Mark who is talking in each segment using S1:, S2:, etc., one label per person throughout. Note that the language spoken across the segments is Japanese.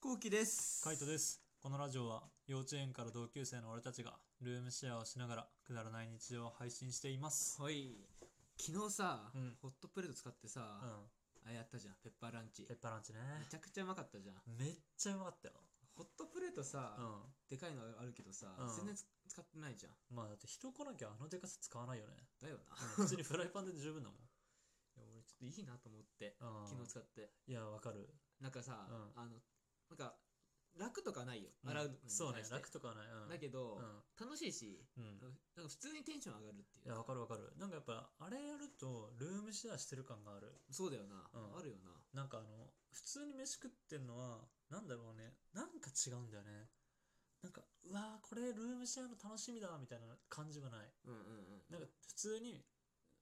S1: こうきです。
S2: カイトです。このラジオは幼稚園から同級生の俺たちがルームシェアをしながらくだらない日常を配信しています。
S1: はい。昨日さ、
S2: うん
S1: ホットプレート使ってさ、
S2: うん。
S1: あれやったじゃん、ペッパーランチ。
S2: ペッパーランチね。
S1: めちゃくちゃうまかったじゃん。
S2: めっちゃうまかったよ。
S1: ホットプレートさ、
S2: う
S1: でかいのあるけどさ、
S2: うん
S1: 全然つ使ってないじゃん。
S2: ん。まあだって人来なきゃあのデカさ使わないよね。
S1: だよな。
S2: うん普通にフライパンで十分だもん。
S1: いや俺ちょっといいなと思って、
S2: うん
S1: 昨日使って。
S2: いや、わかる。
S1: なんかさ、
S2: う
S1: あの、なんか、楽とかないよ。
S2: うん
S1: 洗うのに対して、
S2: そうね、楽とかはない。うん。
S1: だけど、
S2: う
S1: 楽しいし、
S2: ん。うん。
S1: なんか普通にテンション上がるっていう。
S2: いや、わかるわかる。なんかやっぱ、あれやると、ルームシェアしてる感がある。
S1: そうだよな、
S2: うん
S1: あるよな。
S2: なんかあの、普通に飯食ってんのは、なんだろうね、なんか違うんだよね。なんか、うわー、これルームシェアの楽しみだ、みたいな感じはない。
S1: うんうんうん。
S2: なんか、普通に、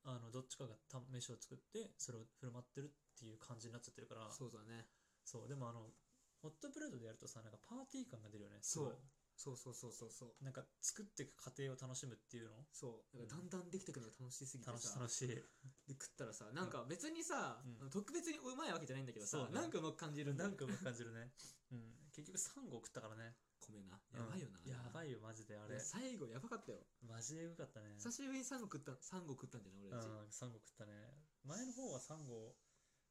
S2: あの、どっちかがた飯を作って、それを振る舞ってるっていう感じになっちゃってるから、
S1: そうだね。
S2: そう、でもあの、ホットプレートでやるとさ、なんかパーティー感が出るよね。す
S1: そ。
S2: ごいう
S1: そうそうそうそうそう。
S2: なんか、作っていく過程を楽しむっていうの
S1: そうなんかだんだんできてくのが楽しすぎて
S2: 楽しい
S1: さ
S2: 楽しい。
S1: で食ったらさなんか別にさ、
S2: うん
S1: あの特別にうまいわけじゃないんだけどさ、
S2: そうね
S1: なんかうまく感じるんだ
S2: な
S1: よ
S2: んかうまく感じるね。うん。結局3合食ったからね。
S1: 米な
S2: うん
S1: やばいよな、
S2: やばいよ、マジで。あれ
S1: でも。最後やばかったよ
S2: マジでよかったね。
S1: 久しぶりにサンゴ食ったサンゴ食ったんじゃない俺
S2: うん
S1: たち、、
S2: サンゴ食ったね。前の方はサンゴ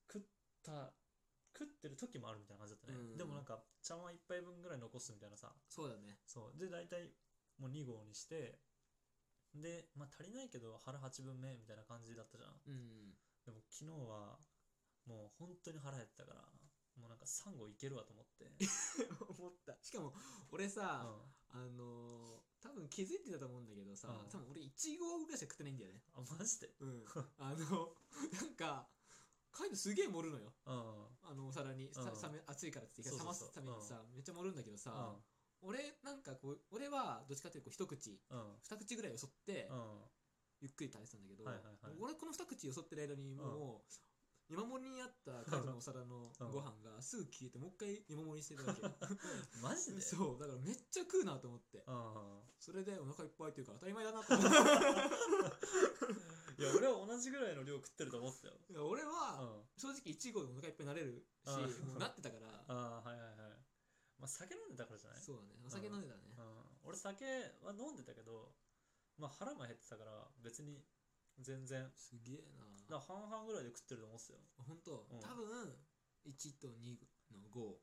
S2: 食った、食ってる時もあるみたいな感じだったね。
S1: うん
S2: でもなんか、茶碗一杯分ぐらい残すみたいなさ。
S1: そうだね
S2: そう。で、大体もう2合にして、で、まあ足りないけど腹8分目みたいな感じだったじゃん。
S1: うん
S2: でも昨日は、もう本当に腹減ったから、もうなんかサンゴいけるわと思って。
S1: 思ったしかも俺
S2: う
S1: さ、
S2: ん
S1: あのー、多分気づいてたと思うんだけどさ、
S2: うん
S1: 多分俺1合ぐらいしか食ってないんだよね
S2: あ、マジで
S1: うん あのなんかカイトすげえ盛るのよ
S2: うん。
S1: あのお皿に、さ
S2: うん
S1: 冷め熱いからって言って
S2: そう
S1: 冷
S2: そ
S1: ま
S2: うそう
S1: すためにさ、めっちゃ盛るんだけどさ、俺なんかこう俺はどっちかというとこう一口
S2: うん。うん。
S1: 二口ぐらいよそって、
S2: うん。
S1: ゆっくり食べてたんだけど、
S2: はいはいはい
S1: 俺この二口よそってる間にもう、今盛りにあったカイトのお皿の
S2: うん
S1: ご飯がすぐ消えてもう一回今盛りしてた わけ
S2: マジで
S1: そうだからめっちゃ食うなと思って
S2: うん。
S1: それでお腹いっぱいっていうから当たり前だなと思って
S2: いや、俺は同じぐらいの量食ってると思ってたよ。
S1: いや俺
S2: う
S1: は
S2: ん。
S1: 正直一合でお腹いっぱいになれるし、
S2: うん
S1: もうなってたから
S2: ああはいはいはいまあ酒飲んでたからじゃない
S1: そうだねお酒飲んでたね、
S2: うん、俺酒は飲んでたけどまあ腹も減ってたから別に全然
S1: すげえ
S2: だ
S1: な
S2: から半々ぐらいで食ってると思ってたよ
S1: 本当、
S2: うん
S1: 多分1と2の5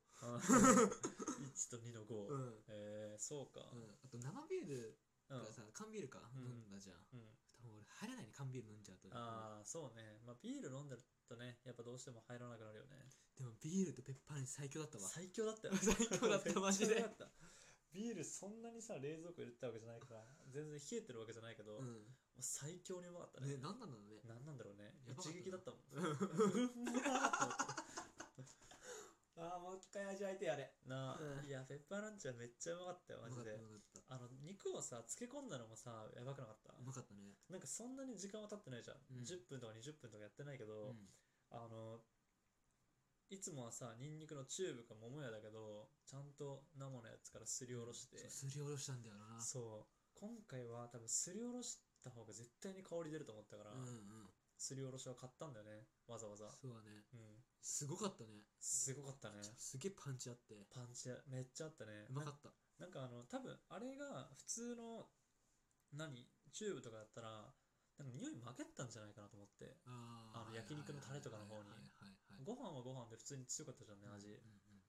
S2: 1と2の5、
S1: うん
S2: えー、そうか
S1: うん、あと生ビール
S2: う
S1: が
S2: ん、
S1: さ、缶ビールか、
S2: うん
S1: 飲んだじゃん。
S2: うん、
S1: 多分俺入らないに缶ビール飲んじゃうと。
S2: ああそうねまあビール飲んでるとねやっぱどうしても入らなくなるよね
S1: でもビールとペッパーに最強だったわ。
S2: 最強だったよ
S1: 最強だったマジで
S2: めっちゃうまかったビールそんなにさ冷蔵庫入れてたわけじゃないから全然冷えてるわけじゃないけど、
S1: う。
S2: もうん最強にうまかった
S1: ね、なんなんだろうね。
S2: なんなんだろうね
S1: やばかった
S2: 一
S1: な
S2: 撃だったもん うんまーっ
S1: ああ、もう一回味わいてやれ。
S2: とな
S1: う
S2: あ
S1: ん
S2: いやペッパーランチはめっちゃうまかったよマジで
S1: うまかった、
S2: あの肉をさ漬け込んだのもさやばくなかった
S1: うまかった。うまかったね。
S2: なんかそんなに時間は経ってないじゃん、
S1: うん
S2: 10分とか20分とかやってないけ
S1: う
S2: ど、
S1: ん
S2: あのいつもはさニンニクのチューブか桃屋だけどちゃんと生のやつからすりおろして、
S1: そうすりおろしたんだよな。
S2: そう今回は多分すりおろした方が絶対に香り出ると思ったから、
S1: うんうん。
S2: すりおろしは買ったんだよねわざわざ
S1: そうだね。
S2: うん
S1: すごかったね。
S2: すごかったね
S1: すげえパンチあって。う
S2: パンチめっちゃあったね
S1: まかった。
S2: ななんかあの多分あれが普通の何チューブとかだったらなんか匂い負けたんじゃないかなと思って
S1: あ
S2: あの焼肉のタレとかの方に
S1: はいはいはいはいはいはい。
S2: ご飯はご飯で普通に強かったじゃんね
S1: う
S2: 味、
S1: んうん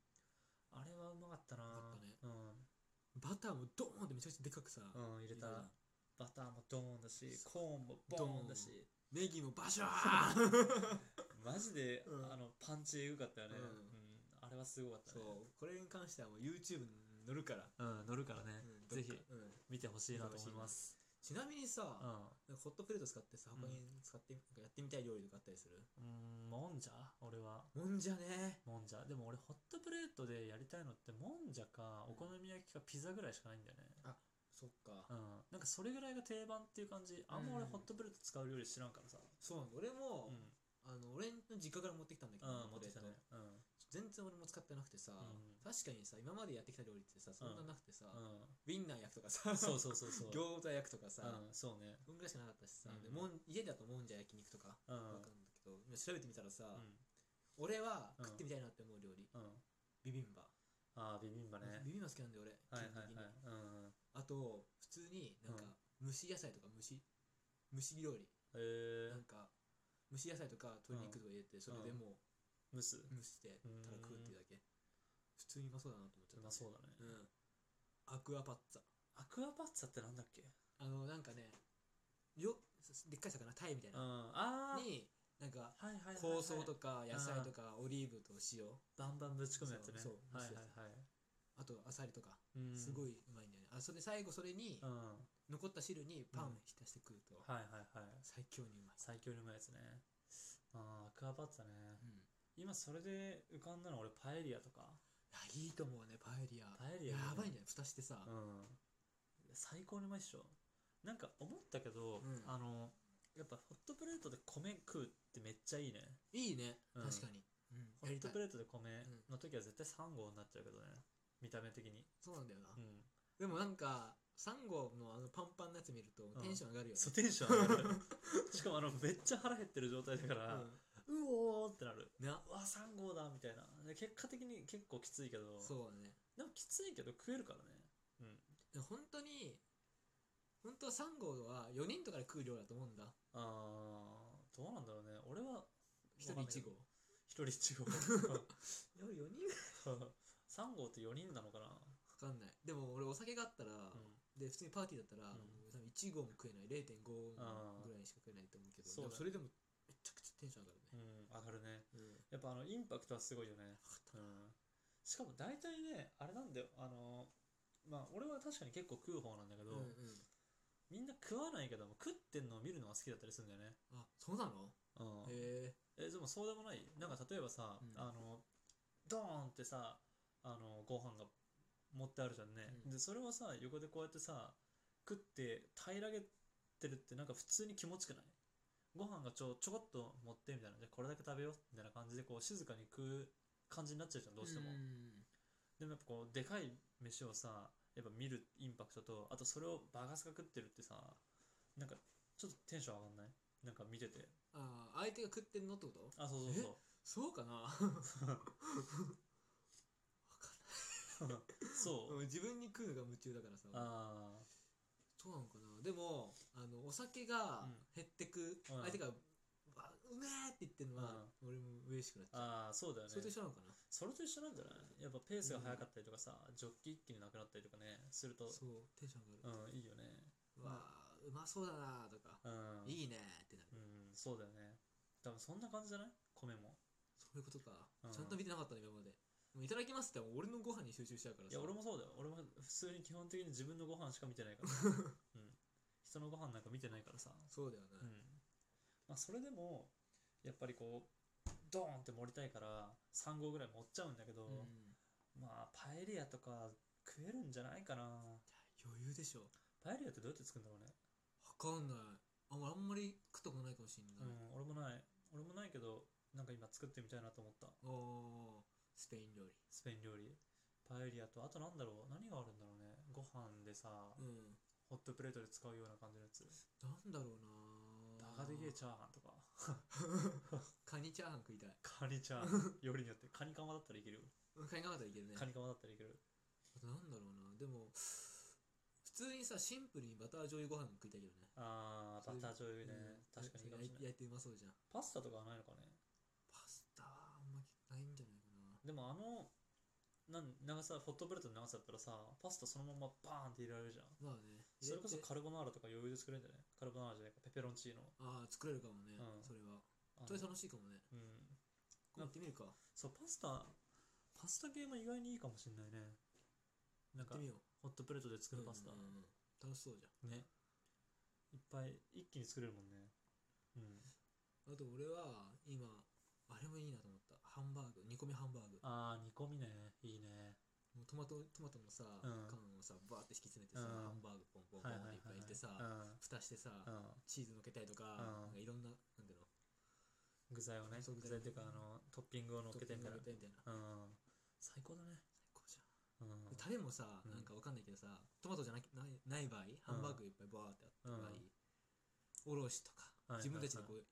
S2: あれはうまかった
S1: うまかった
S2: な
S1: ね
S2: う
S1: バターもドーンってめちゃくちゃでかくさ。
S2: ん、うん、入れ
S1: 入れた
S2: たバターもドーンだし
S1: そ
S2: コーンもボーンだし
S1: ネギもバシャーン
S2: マジで、
S1: うん
S2: あのパンチエグかったよね、
S1: うん
S2: うんあれはすごかった
S1: そ
S2: ね
S1: う、これに関してはもう YouTube に載るから。
S2: うん乗るからね、
S1: どっ
S2: ぜ
S1: か
S2: ひ
S1: うん
S2: 見てほしいなと思います
S1: ちなみにさ、
S2: うん
S1: なんかホットプレート使ってさ、
S2: うん
S1: 他に使って、なんかやってみたい料理とかあったりする
S2: うんもんじゃ俺は
S1: もんじゃね。
S2: もんじゃでも俺ホットプレートでやりたいのってもんじゃかお好み焼きかピザぐらいしかないんだよね
S1: そっか。
S2: うんなんかそれぐらいが定番っていう感じあんま俺ホットプレート使う料理知らんからさ
S1: そうなんだ。俺
S2: う
S1: も、
S2: ん
S1: あの、俺の実家から持ってきたんだけど、
S2: うん持
S1: ホ
S2: っ
S1: ットプ
S2: て
S1: レ
S2: き
S1: ート
S2: たねうんうん
S1: 全然俺も使ってなくてさ、
S2: ん
S1: 確かにさ、今までやってきた料理ってさ、そんななくてさ、ウィンナー焼くとかさ、
S2: そうそうそうそう
S1: 餃子焼くとかさ、
S2: うんそうね
S1: そんぐらいしかなかったしさ、
S2: うん
S1: でもん家だともんじゃ焼肉とか、
S2: うん
S1: わかるんだけど、今調べてみたらさ、
S2: うん
S1: 俺は
S2: うん
S1: 食ってみたいなって思う料理、
S2: うん
S1: ビビンバ。
S2: ああ、ビビンバね。
S1: ビビンバ好きなんだよ俺
S2: はいはい
S1: 基本的に。
S2: はいうんうん。
S1: あと普通になんか
S2: うん
S1: 蒸し野菜とか蒸し蒸し料理
S2: えー
S1: なん、か蒸し野菜とか鶏肉とか入れてそれでも
S2: 蒸す。
S1: う蒸してただ食うっていうだけ普通にうまそうだなと思っちゃ
S2: う
S1: った
S2: まそうだ
S1: う
S2: ね。
S1: んアクアパッツァ
S2: アクアパッツァってなんだっけ
S1: あのなんかねよでっかい魚タイみたい
S2: うん。
S1: な
S2: ああ。
S1: になんか
S2: はいはいはいはい。
S1: 香草とか野菜とかオリーブと塩
S2: バンバンぶち込むやつね。
S1: そうそう
S2: はいはいはい。
S1: あとアサリとか
S2: うん
S1: すごいうまいんだよねあそれ最後それに
S2: うん。は
S1: 残った汁にパ
S2: う
S1: ン
S2: ん
S1: 浸して食うと
S2: いはいはい。
S1: 最強にうまい
S2: 最強にうまいやつね。ああ、アクアパッツァね。
S1: うん
S2: 今それで浮かんだの俺パエリアとか。
S1: あいいと思うねパエリア
S2: パエリアね
S1: やばいね蓋してさ
S2: うん。最高にうまいっしょ。なんか思ったけ
S1: う
S2: ど、
S1: ん
S2: あの、やっぱホットプレートで米食うってめっちゃいいね。
S1: いいね
S2: うん
S1: 確かにうん
S2: ホ
S1: や
S2: ッ
S1: り
S2: ト
S1: たい
S2: プレートで米
S1: ん
S2: の時は絶対3合になっちゃうけどね。見た目的に。
S1: そうなんだよな
S2: うん。
S1: でもなんかサンゴのあのパンパンのやつ見ると
S2: ん
S1: テンション上がるよね
S2: そう、テンション上がる。しかもあの、めっちゃ腹減ってる状態だから、うおーってなる。
S1: うんな
S2: うわ、3合だみたいな。で結果的に結構きついけど、
S1: そうだね
S2: でもきついけど食えるからね。うん。
S1: でも本当に本当はサンゴは4人とかで食う量だと思うんだ
S2: あー、どうなんだろうね。俺は、
S1: 1人1合。
S2: 一人一合。
S1: いや4人
S2: 3合って4人なのかな
S1: わかんないでも俺お酒があったら、
S2: うん。
S1: で普通にパーティーだったら、
S2: うん
S1: もう多分1合も食えない0.5合
S2: あー
S1: ぐらいしか食えないと思うけど
S2: そ
S1: で
S2: うだね
S1: もそれでもめちゃくちゃテンション上がるね、
S2: うん、上がるね。
S1: うん、
S2: やっぱあの、インパクトはすごいよね。うん。しかも大体ね、あれなんだよ。あの、まあ、俺は確かに結構食う方なんだけど、
S1: うんうん
S2: みんな食わないけども食ってんのを見るのが好きだったりするんだよね。
S1: あそうなの
S2: うん、
S1: へえ
S2: えでもそうでもないなんか例えばさ、
S1: うん
S2: あのドーンってさあのご飯が持ってあるじゃんね、
S1: うん
S2: でそれをさ横でこうやってさ食って平らげてるってなんか普通に気持ちくないご飯がちょちょこっと持ってみたいなでこれだけ食べようみたいな感じでこう静かに食う感じになっちゃうじゃんどうしても、でもやっぱこうでかい飯をさやっぱ見るインパクトとあとそれをバカスカ食ってるってさなんかちょっとテンション上がんないなんか見てて
S1: あー相手が食ってんのってこと
S2: あそうそうそう
S1: そう かなわかん
S2: そう
S1: ないうん自分に食うのが夢中だからさ
S2: あ
S1: そうなのかなでもあのお酒が
S2: うん
S1: 減ってく、
S2: うん
S1: 相手がわうめーって言ってるのは、俺も嬉しくなっち
S2: ー
S1: ゃう
S2: あーそうだよね
S1: それと一緒なのかな
S2: それと一緒なんじゃないやっぱペースが速かったりとかさ、ジョッキ一気になくなったりとかねすると
S1: そうテンション上がる、
S2: うんいいよね
S1: うわあうまそうだなーとか、
S2: うん
S1: いいねーってなる
S2: うんそうだよね多分そんな感じじゃない米も
S1: そういうことか、
S2: うん
S1: ちゃんと見てなかったね今までもういただきますって俺のご飯に集中しちゃうから
S2: い
S1: さ
S2: や俺もそうだよ俺も普通に基本的に自分のご飯しか見てな いから、うん、人のご飯なんか見てないからさ、
S1: そうだよね、
S2: うんまあ、それでもやっぱりこうドーンって盛りたいから3合ぐらい盛っちゃうんだけど、
S1: うん
S2: まあパエリアとか食えるんじゃないかな
S1: 余裕でしょ
S2: パエリアってどうやって作るんだろうね、
S1: わかんないあ俺あんまり食ったことないかもしんない、
S2: うん、俺もない俺もないけどなんか今作ってみたいなと思った
S1: おースペイン料理
S2: スペイン料理パエリアとあとなんだろう何があるんだろうねご飯でさ、
S1: うん
S2: ホットプレートで使うような感じのやつ
S1: なんだろうな
S2: バ
S1: ー
S2: カでけえチャーハンと か
S1: カニチャーハン食いたい
S2: カニチャーハンよりによってカニカマだったらいけるよ
S1: うんカニなかったらいけるね
S2: カニカマだったらいける
S1: あとなんだろうなでも普通にさシンプルにバター醤油ご飯食いたいけどね
S2: あーバター醤油ね、
S1: うん
S2: 確かにいいかもしれない
S1: 焼いてうまそうじゃん
S2: パスタとかはないのかね
S1: パスタはあんまないんじゃないかな
S2: でもあのなん長さホットプレートの長さだったらさパスタそのままバーンって入れられるじゃん
S1: まあね
S2: それこそ
S1: 入て
S2: カルボナーラとか余裕で作れるんじゃないカルボナーラじゃないかペペロンチーノ
S1: ああ作れるかもね、
S2: うん
S1: それは
S2: あの
S1: それ楽しいかもね
S2: うん
S1: 今度やってみるかや
S2: そうパスタパスタ系も意外にいいかもしれないねな
S1: っ
S2: んか
S1: てみよう
S2: ホットプレートで作るパスタ
S1: うんうんうん楽しそうじゃん
S2: ねいっぱい一気に作れるもんねうん
S1: あと俺は今あれもいいなと思ったハンバーグ煮込みハンバーグ
S2: ああ煮込みねいいね
S1: もうトマトトマトのさ、
S2: ん
S1: 缶をさバーって敷き詰めてさ、ハ
S2: うん
S1: ンバーグポンポンポ
S2: はい
S1: ン
S2: はい
S1: っ
S2: はい
S1: ていっぱい入れてさ、
S2: うん
S1: 蓋してさ、
S2: うん
S1: チーズのっけたりとか,、なん
S2: うん
S1: かいろんななんだろ
S2: 具材をね
S1: そう
S2: 具材っていうかあのトッピングを
S1: う
S2: 乗っけてみたい
S1: トッ
S2: な
S1: ピングのっけてみたいな
S2: うん最高だね
S1: 最高じゃん
S2: うん
S1: でタレもさ、
S2: うん
S1: なんかわかんないけどさトマトじゃなきないない場合ハンバーグいっぱいバーってあった場合、
S2: う
S1: おろ
S2: ん
S1: しとか、
S2: はいはい
S1: 自分
S2: はい
S1: たちでこう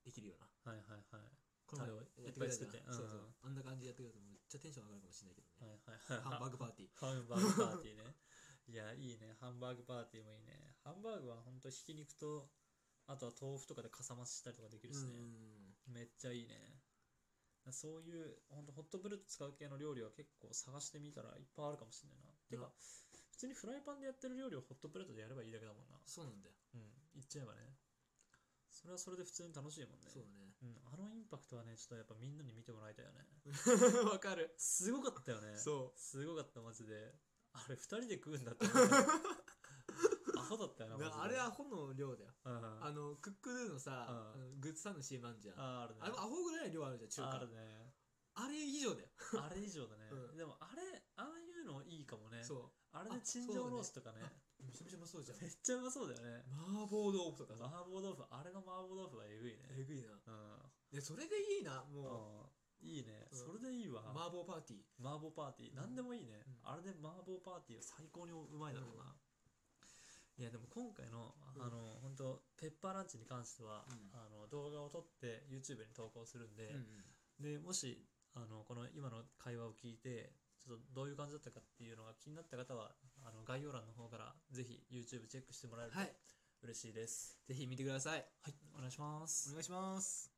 S1: できるような
S2: はいはいはい
S1: この前
S2: タレを
S1: やってくれたじゃん
S2: いっぱい作って
S1: そうそう
S2: う
S1: あ
S2: ん
S1: んな感じでやってくれたらめっちゃテンション上がるかもしれないけど
S2: はい
S1: ね、
S2: はい
S1: ハンバーグパーティー。
S2: ハンバーグパーティーね。いや、いいね。ハンバーグパーティーもいいね。ハンバーグは本当ひき肉と、あとは豆腐とかでかさ増ししたりとかできるしね。めっちゃいいね。そういう、本当ホットプレート使う系の料理は結構探してみたらいっぱいあるかもしれないな。て
S1: うん
S2: か、普通にフライパンでやってる料理をホットプレートでやればいいだけだもんな。
S1: そうなんだよ。
S2: うん、言っちゃえばね。それはそれで普通に楽しいもんね。
S1: そう
S2: うん、あのインパクトはね、ちょっとやっぱみんなに見てもらいたいよね。
S1: だね。わ かる。
S2: すごかったよね。
S1: そ
S2: すごかった、マジで。あれ、二人で食うんだって思った。 アホだったよな、
S1: う。
S2: マジで
S1: な。あれアホの量だよ。
S2: うん、
S1: あ
S2: あ
S1: の、クックドゥのさ、
S2: うん
S1: あのグッズさんの CM あんじゃん。あ
S2: あるね。
S1: れもアホぐらいの量あるじゃん、中
S2: あ
S1: 華
S2: る。ね。
S1: あれ以上だよ。
S2: あれ以上だね。
S1: うん
S2: でも、あれ、ああいうのいいかもね。
S1: そ
S2: あれで
S1: あ
S2: チンジャオロースとかね。
S1: う。めちゃめちゃうまそうじゃん。
S2: めっちゃうまそうだよね。
S1: 麻婆豆腐とか
S2: 麻
S1: さ。
S2: 婆豆腐、あれの麻婆豆腐はえぐい
S1: え
S2: ね。
S1: ぐいな。
S2: うん。
S1: で、それでいいな、も
S2: うんいいね。
S1: うん
S2: それでいいわ
S1: う。。麻婆パーティー。
S2: 麻婆パーティー、
S1: うん
S2: なんでもいいね、
S1: う
S2: あれで麻婆パーティーは最高にうまいだろうな、いやでも今回の
S1: うん
S2: あの、本当ペッパーランチに関しては、
S1: うん
S2: あの動画を撮って YouTube に投稿するんで
S1: う、ん
S2: でもしあのこの今の会話を聞いてちょっとどういう感じだったかっていうのが気になった方はあの概要欄の方からぜひ YouTube チェックしてもらえると
S1: はい。
S2: 嬉しいです、
S1: ぜひ見てください。
S2: はい、お願いします
S1: お願いします。